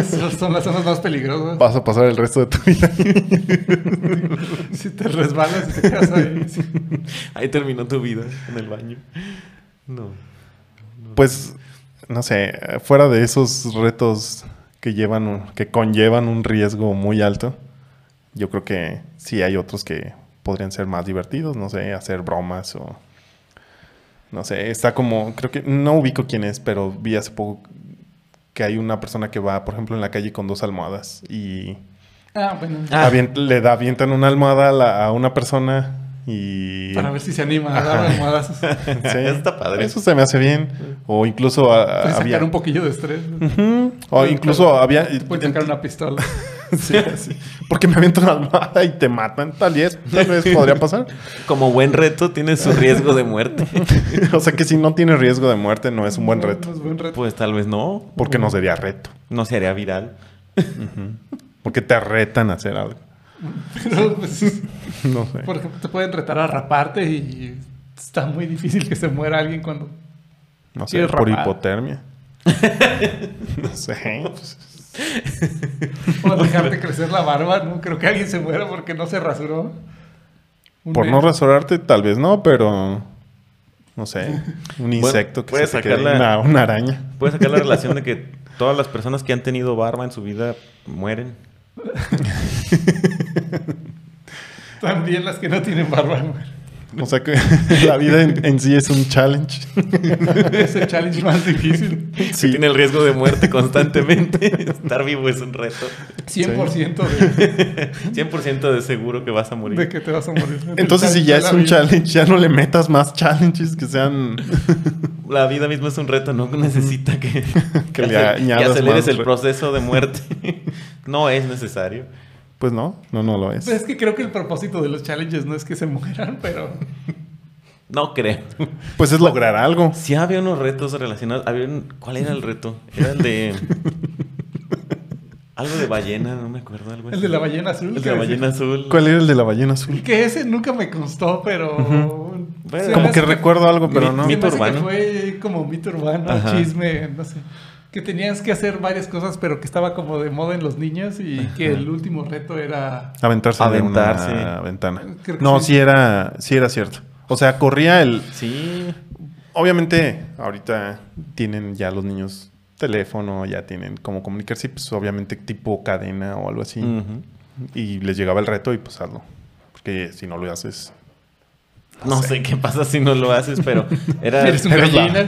Son son las zonas más peligrosas. Vas a pasar el resto de tu vida. Si te resbalas y te casas ahí. sí. Ahí terminó tu vida en el baño. No. Pues, no sé, fuera de esos retos que llevan, un- que conllevan un riesgo muy alto, yo creo que sí hay otros que podrían ser más divertidos, no sé, hacer bromas o... No sé, está como, creo que, no ubico quién es, pero vi hace poco que hay una persona que va, por ejemplo, en la calle con dos almohadas y Ah, bueno. Ah. avient- le da, avientan una almohada a, la- a una persona y... Para ver si se anima a dar Ajá. almohadazos. Puede Sí, Está padre. Eso se me hace bien. O incluso a- había... Mm. sacar un poquillo de estrés. Ujú. O incluso había. Puede sacar una pistola. Sí, sí. Porque me avientan una almohada y te matan. Tal vez, tal vez podría pasar. Como buen reto tiene su riesgo de muerte. O sea que si no tienes riesgo de muerte, no es un buen reto. No es buen reto. Pues tal vez no. Porque no sería reto. No se haría viral. Porque te retan a hacer algo. Pero, pues, No sé. por ejemplo, te pueden retar a raparte y está muy difícil que se muera alguien cuando. No sé. ¿Quieres Por rapar? hipotermia. No sé. pues O dejarte crecer la barba. No creo que alguien se muera porque no se rasuró. Un Por mes. no rasurarte, tal vez no, pero. No sé. Un insecto que puedes se te quede- sacar la- una, una araña. Puedes sacar la relación de que todas las personas que han tenido barba en su vida mueren. También las que no tienen barba. ¿no? O sea que la vida en, en sí es un challenge. Es el challenge más difícil. Sí. Tiene el riesgo de muerte constantemente. Estar vivo es un reto. 100% de, 100% de seguro que vas a morir. de que te vas a morir. Entonces, si ya La es un vida. challenge, ya no le metas más challenges que sean. La vida misma es un reto, no necesita que, Que le acel- añadas aceleres más el re- proceso de muerte. no es necesario. Pues no, no, no lo es. Pues es que creo que el propósito de los challenges no es que se mueran, pero No creo. Pues es lograr algo. Sí había unos retos relacionados. había un- ¿Cuál era el reto? Era el de... Algo de ballena, no me acuerdo. Algo el así. de la ballena azul. El de que la decía- ballena azul. ¿Cuál era el de la ballena azul? Que ese nunca me constó, pero... Bueno, se me Como hace que recuerdo algo, pero Mi- no. se me Mito hace que urbano. fue como mito urbano, Ajá. chisme, no sé. Que tenías que hacer varias cosas, pero que estaba como de moda en los niños y que el último reto era... Aventarse, Aventarse. de una ventana. Creo que No, sí. sí. era, sí era cierto. O sea, corría el. Sí. Obviamente, ahorita tienen ya los niños teléfono, ya tienen como comunicarse, pues obviamente tipo cadena o algo así. Ujú. Y les llegaba el reto y pues hazlo. Porque si no lo haces, No sé qué pasa si no lo haces, pero era... Eres una Era la- gallina.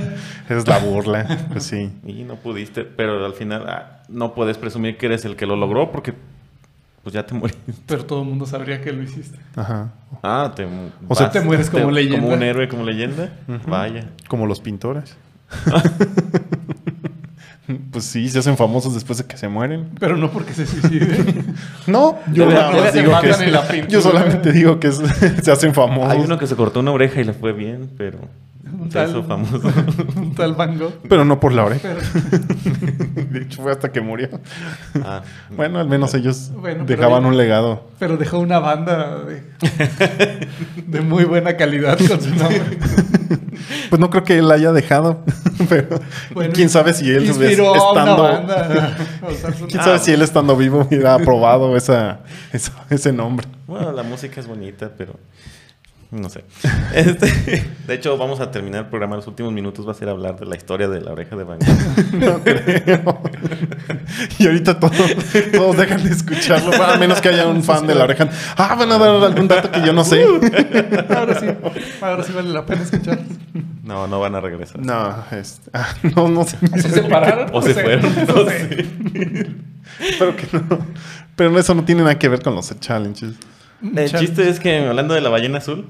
es la burla. Pues sí. Y no pudiste, pero al final ah, no puedes presumir que eres el que lo logró porque pues ya te moriste. Pero todo el mundo sabría que lo hiciste. Ajá. Ah, te mu- O sea, vas- te mueres como leyenda. Como un héroe, como leyenda. Vaya. Como los pintores. pues sí, se hacen famosos después de que se mueren. Pero no porque se suicide. No, yo Debe- nada debe más se digo que matan es- en la pintura. yo solamente digo que es- se hacen famosos. Hay uno que se cortó una oreja y le fue bien, pero Un Se hizo tal, famoso. un tal Van Gogh. Pero no por la oreja. Pero, De hecho, fue hasta que murió. Ah, Bueno, al menos ellos Bueno, pero dejaban ya- un legado. pero dejó una banda de, de muy buena calidad con su nombre. Pues no creo que él haya dejado, pero Bueno, quién sabe si él Inspiró a una estando banda a usar su quién nombre. sabe si él estando vivo hubiera aprobado esa, esa- ese nombre. Bueno, la música es bonita, pero no sé. Este, de hecho, vamos a terminar el programa. Los últimos minutos va a ser hablar de la historia de la oreja de Van Gogh. No creo. Y ahorita todo- todos dejan de escucharlo, a menos que haya un fan de la oreja. Ah, van a dar algún dato que yo no sé. Ahora sí, ahora sí vale la pena escuchar. No, no van a regresar. No, es- ah, no, no sé. ¿Se separaron? No O se sé, fueron. no no sé. sé. Espero que no. Pero eso no tiene nada que ver con los challenges. El Chale. chiste es que hablando de la ballena azul,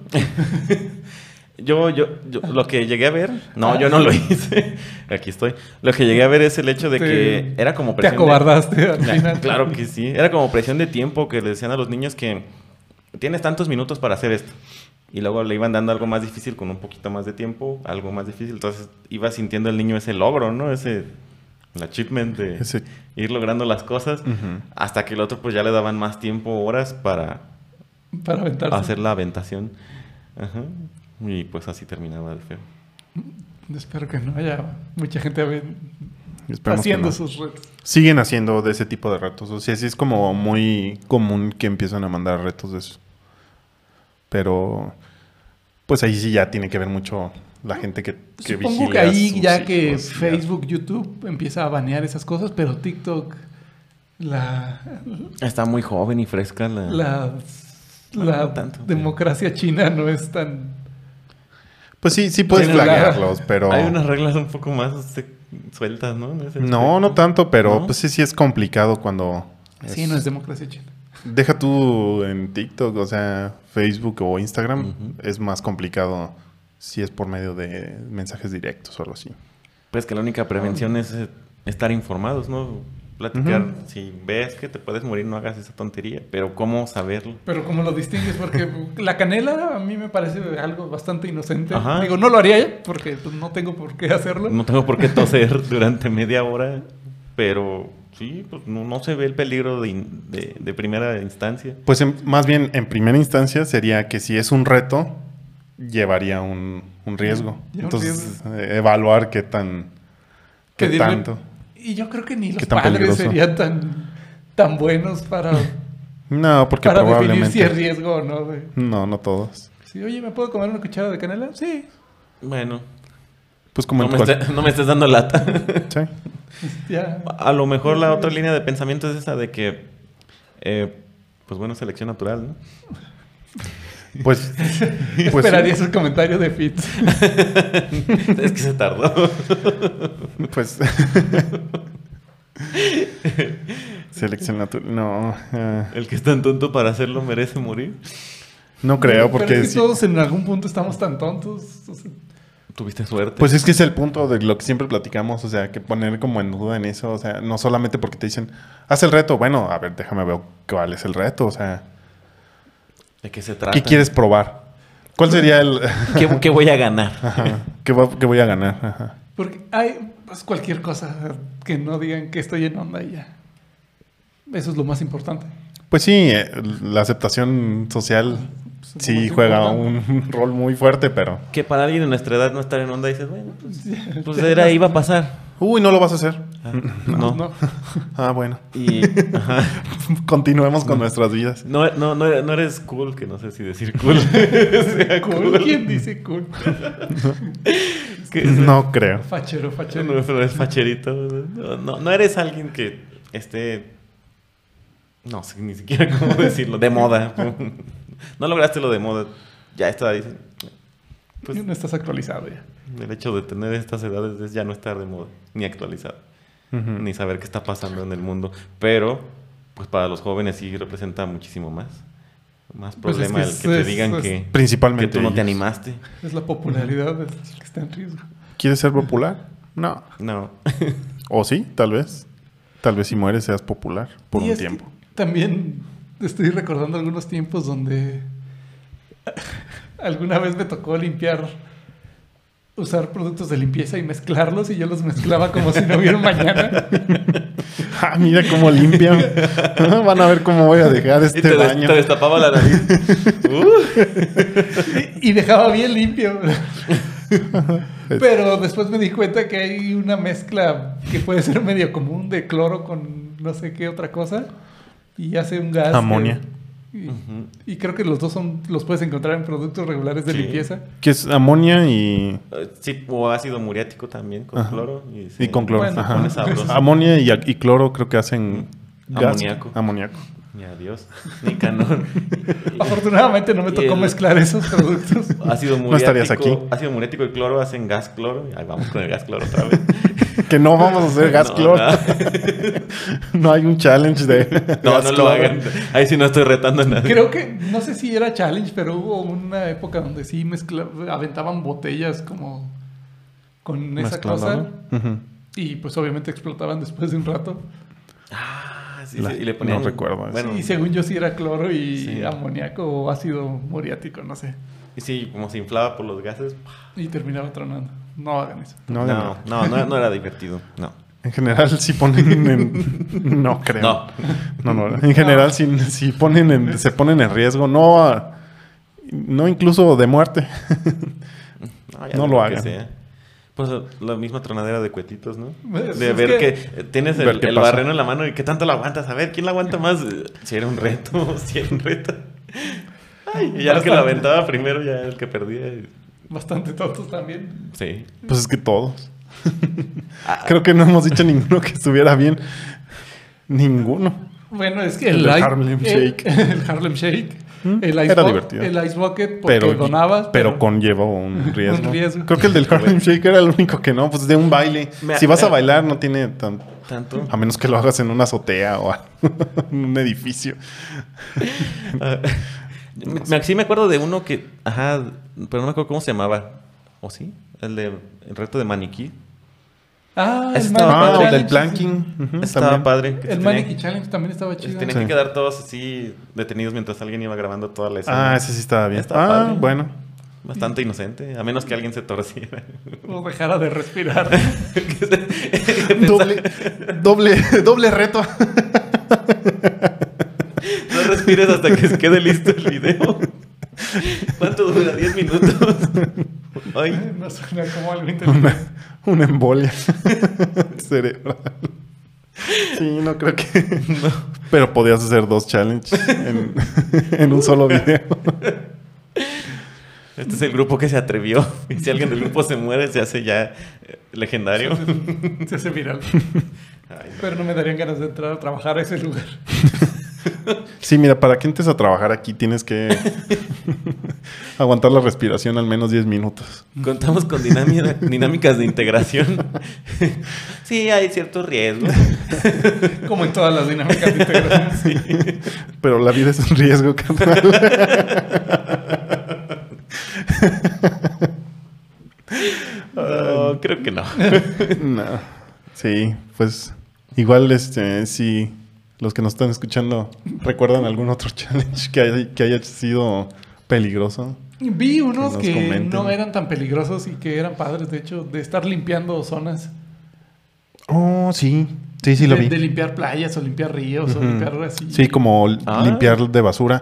yo, yo, yo- lo que llegué a ver, Ah. no, yo no lo hice. Aquí estoy. Lo que llegué a ver es el hecho de Te- que era como Te presión de- acobardaste al pues, Nah, final. Claro que sí. Era como presión de tiempo que le decían a los niños que tienes tantos minutos para hacer esto. Y luego le iban dando algo más difícil con un poquito más de tiempo, algo más difícil. Entonces iba sintiendo el niño ese logro, ¿no? Ese el achievement de Ese- ir logrando las cosas. Mm. Ujú. Hasta que el otro pues ya le daban más tiempo, horas para Para aventarse. hacer la aventación. Ajá. Y pues así terminaba el feo. Espero que no haya mucha gente aven- Esperemos que haciendo no. sus retos. Siguen haciendo de ese tipo de retos. O sea, sí es como muy común que empiezan a mandar retos de eso. Pero, pues ahí sí ya tiene que ver mucho la gente que, que Supongo que vigila ahí sus ya que hijos y ya. Facebook, YouTube empieza a banear esas cosas, pero TikTok, la, Está muy joven y fresca la... la, Bueno, la no tanto. democracia china no es tan... Pues sí, sí puedes Tiene la- flaguearlos, pero... Hay unas reglas un poco más este, sueltas, ¿no? En ese No, no aspecto. tanto, pero ¿No? pues sí, sí es complicado cuando... Sí, es- no es democracia china. Deja tú en TikTok, o sea, Facebook o Instagram, Ujú. es más complicado si es por medio de mensajes directos o algo así. Pues que la única prevención es eh, estar informados, ¿no? Platicar. Si ves que te puedes morir, no hagas esa tontería. Pero ¿cómo saberlo? Pero como lo distingues, porque la canela a mí me parece algo bastante inocente. Ajá. Digo, no lo haría porque pues, no tengo por qué hacerlo. No tengo por qué toser durante media hora, pero sí, pues no, no se ve el peligro de, in- de- de primera instancia. Pues en- más bien, en primera instancia sería que si es un reto, llevaría un, un riesgo. Lleva un Entonces, eh, evaluar qué tan... qué Pedirle- tanto. Y yo creo que ni los Qué tan padres peligroso. serían tan, tan buenos para, No, porque para definir si es probablemente... riesgo o no. de- No, no todos. Sí, oye, ¿me puedo comer una cuchara de canela? Sí. Bueno, Pues como no en me, cual- esté- no me estés dando lata. Sí. Ya. A lo mejor la otra línea de pensamiento es esa de que, eh, pues bueno, selección natural, ¿no? Pues, pues Esperaría sí. ese comentario de Fitz. es que se tardó. Pues... Selección natural. No, eh, El que es tan tonto para hacerlo merece morir. no creo porque... Pero es que sí- todos en algún punto estamos tan tontos. o sea, Tuviste suerte. Pues es que es el punto de lo que siempre platicamos, o sea, que poner como en duda en eso, o sea, no solamente porque te dicen, haz el reto, bueno, a ver, déjame ver cuál es el reto, o sea, ¿De qué se trata? ¿qué quieres probar? ¿Cuál sería el... ¿Qué, qué voy a ganar? Ajá, ¿Qué, va- qué voy a ganar? Ajá. porque hay pues, cualquier cosa que no digan que estoy en onda y ya. Eso es lo más importante. Pues sí, eh, la aceptación social Pues, es lo sí más juega importante. un rol muy fuerte, pero... Que para alguien de nuestra edad no estar en onda dices, bueno, pues, pues era, iba a pasar. Uy, no lo vas a hacer. Ah, No. no. Ah, bueno. Y, ajá. Continuemos con nuestras vidas. No, no, no, eres- no eres cool, que no sé si decir cool. sea Cool. cool. ¿Quién dice cool? Que- No creo. Fachero, fachero. No, pero es facherito. No, no, no eres alguien que esté. No sé ni siquiera cómo decirlo. De moda. No lograste lo de moda. Ya está. dice, Pues no estás actualizado ya. el hecho de tener estas edades es ya no estar de moda, ni actualizado, Ujú. ni saber qué está pasando en el mundo. Pero, pues para los jóvenes sí representa muchísimo más. Más Pues es problema que el que te es- digan es- que, que Principalmente... tú no te ellos. animaste. Es la popularidad del que está en riesgo. ¿Quieres ser popular? No. No. O sí, tal vez. Tal vez si mueres seas popular por Y un es que tiempo. También estoy recordando algunos tiempos donde alguna vez me tocó limpiar usar productos de limpieza y mezclarlos y yo los mezclaba como si no hubiera un mañana. Ah, mira cómo limpian. Van a ver cómo voy a dejar Y este te, des- baño. te destapaba la nariz. Uh, Y, y dejaba bien limpio. Pero después me di cuenta que hay una mezcla que puede ser medio común de cloro con no sé qué otra cosa. Y hace un gas. que- Amonia. y, y creo que los dos son los puedes encontrar en productos regulares de Sí. limpieza. Que es amonia y, sí, o ácido muriático también con Ajá. cloro. Y, sí. y con cloro. Bueno, Ajá. pone sabroso. Amonia y, y cloro creo que hacen gas. Amoníaco. Amoníaco. Y adiós. Ni canón. Afortunadamente no me Y tocó el- mezclar esos productos. Ácido muriático. No estarías aquí. Ácido muriático y cloro hacen gas cloro. Ahí vamos con el gas cloro otra vez. Que no vamos a hacer gas No, cloro. no. No hay un challenge de. No, gas no lo cloro. hagan. Ahí sí no estoy retando a nadie. Creo que, no sé si era challenge, pero hubo una época donde sí mezcla- aventaban botellas como con esa cosa. Mezclándolo. Ujú. Y pues obviamente explotaban después de un rato. Ah, sí, La- sí, y le ponían. no recuerdo eso. Bueno, Y según yo sí era cloro y Sí. amoníaco o ácido muriático, no sé. y sí, como se inflaba por los gases. pues, Y terminaba tronando. No hagan eso. No, No, de no, nada. no, no, era divertido. No. En general sí ponen en... No creo. No. No, no, En general sí, sí ponen en- se ponen en riesgo. No, a- no incluso de muerte. ya No de lo que hagan. sea. Pues la- la misma tronadera de cuetitos, ¿no? Pues, de es ver que, que- eh, tienes el, Ver qué el pasa. barreno en la mano y qué tanto lo aguantas. A ver, ¿quién lo aguanta más? Eh, Si era un reto, si era un reto. Ay, y ya el que lo Bastante. aventaba primero, ya el que perdía. eh, Bastante tontos también. Sí. Pues es que todos. Creo que no hemos dicho ninguno que estuviera bien. Ninguno. Bueno, es que El el, del ice- Harlem el- Shake. El Harlem Shake. El ice Era bu- divertido. El Ice Bucket porque Pero, donabas. pero conlleva un riesgo. riesgo. Creo que el del Harlem Shake era el único que no. Pues de un baile. Me- si vas a me- bailar no tiene tan... Tanto. A menos que lo hagas en una azotea o algo, en un edificio. Ah, me- me- sí me acuerdo de uno que, ajá, pero no me acuerdo cómo se llamaba. ¿O sí? El de el reto de maniquí. Ah, el Estaba- Maniquí Ah, o Challenge, del sí, planking. Este Ujú, Estaba Mm, también. padre. que sí. El tenía- Maniquí Challenge también estaba Pues chido. tenían Sí. que quedar todos así detenidos mientras alguien iba grabando toda la escena. Ah, ese sí estaba bien. Estaba ah, padre. bueno. Bastante inocente, a menos que alguien se torciera. O dejara de respirar. Doble, doble, doble reto. No respires hasta que se quede listo el video. ¿Cuánto dura? ¿10 minutos? Ay, no suena como algo Una, interesante. una embolia cerebral. Sí, no creo que. Pero podías hacer dos challenges en, en un solo video. este es el grupo que se atrevió. Y si alguien del grupo se muere, se hace ya eh, legendario. Se hace viral. Ay, Pero no me darían ganas de entrar a trabajar a ese lugar. Sí, mira, para que entres a trabajar aquí tienes que aguantar la respiración al menos 10 minutos. Contamos con dinámica- dinámicas de integración. Sí, hay ciertos riesgos. Como en todas las dinámicas de integración. Pero la vida es un riesgo, carnal. No, creo que no. No. Sí, pues igual este si los que nos están escuchando recuerdan algún otro challenge que haya, que haya sido peligroso. Vi unos nos que, comenten. no eran tan peligrosos y que eran padres, de hecho, de estar limpiando zonas. Oh, sí. Sí, sí de, de limpiar playas o limpiar ríos o limpiar así. Sí, como l- Ah. limpiar de basura.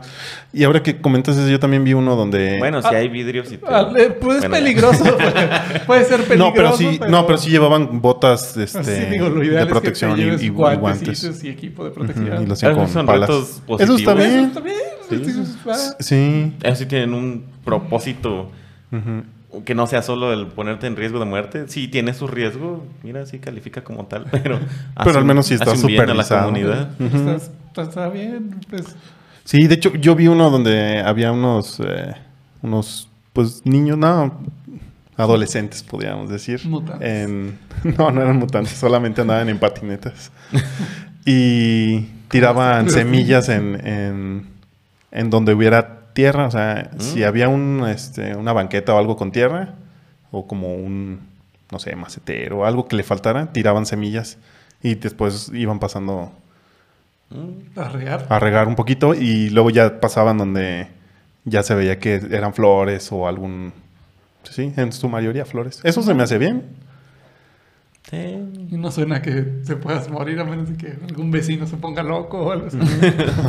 Y ahora que comentas eso, yo también vi uno donde Bueno, si hay vidrios y todo. Ah, eh, pues es Bueno, ya. peligroso. puede- puede ser peligroso. no, pero sí, no, pero sí llevaban botas este, Sí, digo, lo de ideal es que protección te y- lleves y, y guantecitos guantes. y equipo de Ujú, protección. y lo hacían Esos con son palas. retos Eso está positivos. Eso bien. está bien. pues, Sí. Ah, Sí. Eso sí tienen un propósito Ujú. que no sea solo el ponerte en riesgo de muerte. Sí tiene su riesgo, mira, sí califica como tal, pero hace al un- menos sí está hace un bien a la supervisado. comunidad. está, está- pues, está bien. pues. Sí, de hecho, yo vi uno donde había unos, eh, unos, pues niños, no, adolescentes, podríamos decir. Mutantes. En- no, no eran mutantes, solamente andaban en patinetas. y tiraban semillas en, en, en donde hubiera tierra, o sea, si había un, este, una banqueta o algo con tierra, o como un, no sé, macetero, algo que le faltara, tiraban semillas y después iban pasando Mm, Arrear. a regar un poquito y luego ya pasaban donde ya se veía que eran flores o algún Sí, en su mayoría flores. Eso se me hace bien. Sí. Y no suena que te puedas morir a menos de que algún vecino se ponga loco o algo así.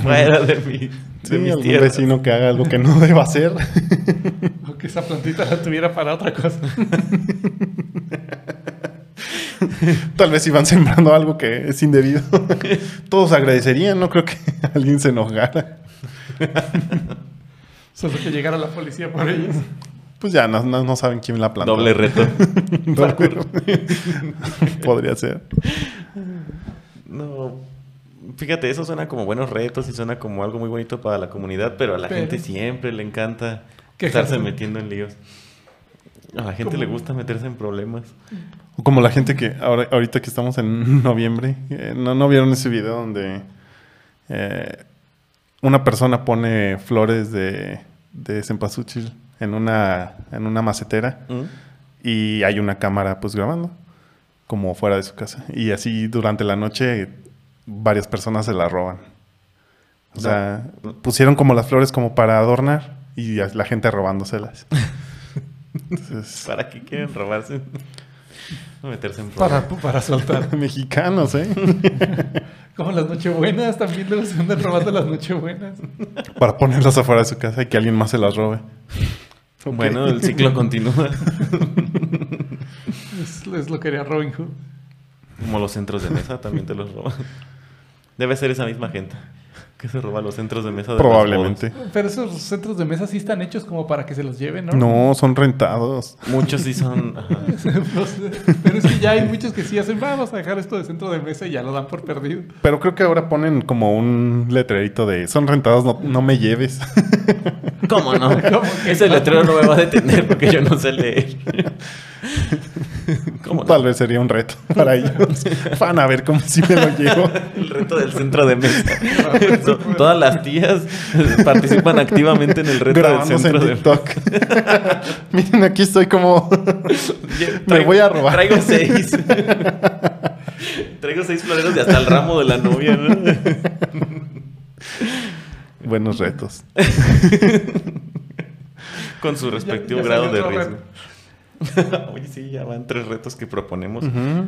Fuera de mi, de Sí, mis algún tierras. vecino que haga lo que no deba hacer. o que esa plantita la tuviera para otra cosa. Tal vez iban sembrando algo que es indebido. Todos agradecerían, no creo que alguien se enojara. Solo que llegara la policía por ellos. Pues ya no, no- no saben quién la plantó. Doble reto. Doble. Podría ser. No. Fíjate, eso suena como buenos retos y suena como algo muy bonito para la comunidad, pero a la Pero- gente siempre le encanta Quejarse. estarse metiendo en líos. A la gente le Como- gusta meterse en problemas. O como la gente que ahora, ahorita que estamos en noviembre, eh, ¿no, no vieron ese video donde eh, una persona pone flores de, de cempasúchil en una, en una macetera ¿Mm? y hay una cámara pues grabando, como fuera de su casa. Y así durante la noche varias personas se la roban. O No. sea, pusieron como las flores como para adornar y a- la gente robándoselas. Entonces, ¿Para qué quieren robarse? meterse en problemas. Para, para soltar. mexicanos, ¿eh? Como las nochebuenas, también luego se andan robando las nochebuenas. para ponerlas afuera de su casa y que alguien más se las robe. Ok. Bueno, el ciclo continúa. Es, es lo que haría Robin Hood. Como los centros de mesa también te los roban. Debe ser esa misma gente que se roba los centros de mesa. De las probablemente. Pero esos centros de mesa sí están hechos como para que se los lleven, ¿no? No, son rentados. bodas. Muchos sí son. ajá. No sé. Pero es que ya hay muchos que sí hacen, vamos a dejar esto de centro de mesa y ya lo dan por perdido. Pero creo que ahora ponen como un letrerito de son rentados, no, no me lleves. ¿Cómo no? ¿Cómo que Ese no? letrero no me va a detener porque yo no sé leer. ¿Cómo no? Tal vez sería un reto para ellos. Van a ver cómo si me lo llevo. El reto del centro de mesa. To- Todas las tías participan activamente en el reto del Grabándose centro en de mesa. TikTok. Miren, aquí estoy como. Me voy a robar. Traigo seis. Traigo seis floreros de hasta el ramo de la novia, ¿no? Buenos retos. Con su respectivo ya grado de salió otro riesgo. Oye, sí, ya van tres retos que proponemos. Ujú.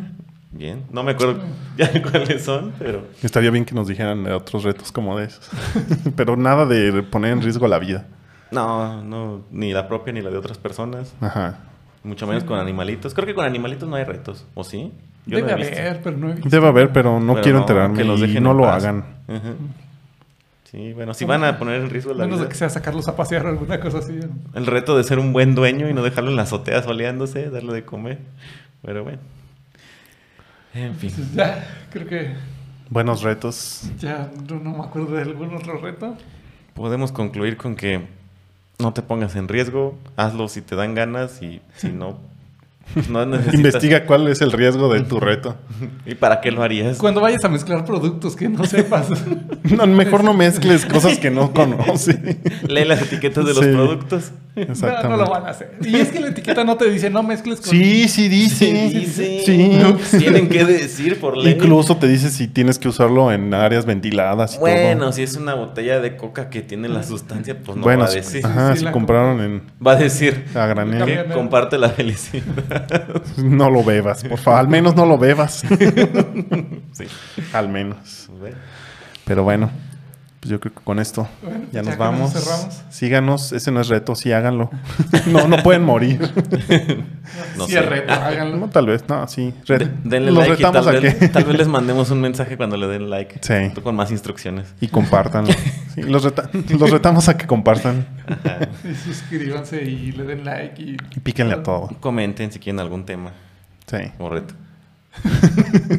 Bien, no me acuerdo ya cuáles son, pero Estaría bien que nos dijeran de otros retos como de esos. Pero nada de poner en riesgo la vida. no, no, ni la propia ni la de otras personas, Ajá. mucho menos con animalitos. Creo que con animalitos no hay retos, ¿o sí? Debe no he visto. haber, pero no he visto. Debe haber, pero Este, no Pero quiero no, enterarme. que los y dejen no en lo paz. hagan. Ajá. Sí, bueno, si van a poner en riesgo la Menos vida. de que sea sacarlos a pasear o alguna cosa así. El reto de ser un buen dueño y no dejarlo en la azotea soleándose, darle de comer. Pero bueno. En fin. Entonces, ya, creo que Buenos retos. ya no, no me acuerdo de algún otro reto. Podemos concluir con que no te pongas en riesgo, hazlo si te dan ganas y si no, pues no necesitas. Investiga cuál es el riesgo de tu reto. ¿Y para qué lo harías? Cuando vayas a mezclar productos que no sepas. No, mejor no mezcles cosas que no conoces. Lee las etiquetas de los Sí. productos. No, no Exactamente. lo van a hacer. Y es que la etiqueta no te dice, no mezcles con... Sí, sí dice. Sí, Sí, dice. Tienen que decir por ley. Incluso te dice si tienes que usarlo en áreas ventiladas y Bueno, todo. Ah. si es una botella de coca que tiene la sustancia, pues no bueno, Ah. va a si- decir. ajá, Sí, sí, si la compraron en Va a decir a granel, Cambia. que Cambian. comparte la felicidad. no lo bebas, por favor. Al menos no lo bebas. Sí. Al menos. Bueno, Pero bueno, pues yo creo que con esto Bueno, ya ya nos con eso vamos. cerramos. Síganos, ese no es reto, sí háganlo. no, no pueden morir. No sí, sé. es reto, No, háganlo. tal vez, no, sí. Re- de- denle los like y retamos tal, a que. vez, tal vez les mandemos un mensaje cuando le den like. Sí. Con más instrucciones. Y compartan. los, reta- los retamos a que compartan Ajá. Y suscríbanse y le den like y... y píquenle a todo. Comenten si quieren algún tema Sí. o reto.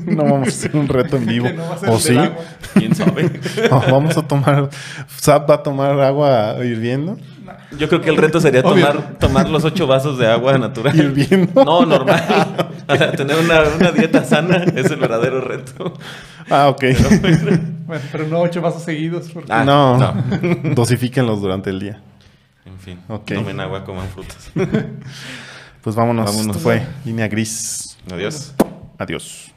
No vamos a hacer un reto en vivo. Que no va a ser ¿O el sí? del agua. ¿Quién sabe? No, vamos a tomar. Zap va a tomar agua hirviendo. Yo creo que el reto sería Obvio. tomar, tomar los ocho vasos de agua natural. Hirviendo. No, normal. O sea, tener una, una dieta sana es el verdadero reto. Ah, ok. Bueno, pero no ocho vasos seguidos porque... Ah, no. no. Dosifíquenlos durante el día. En fin, Ok. tomen agua, coman frutas. Pues vámonos. Vámonos. Esto fue línea gris. Adiós. Adiós.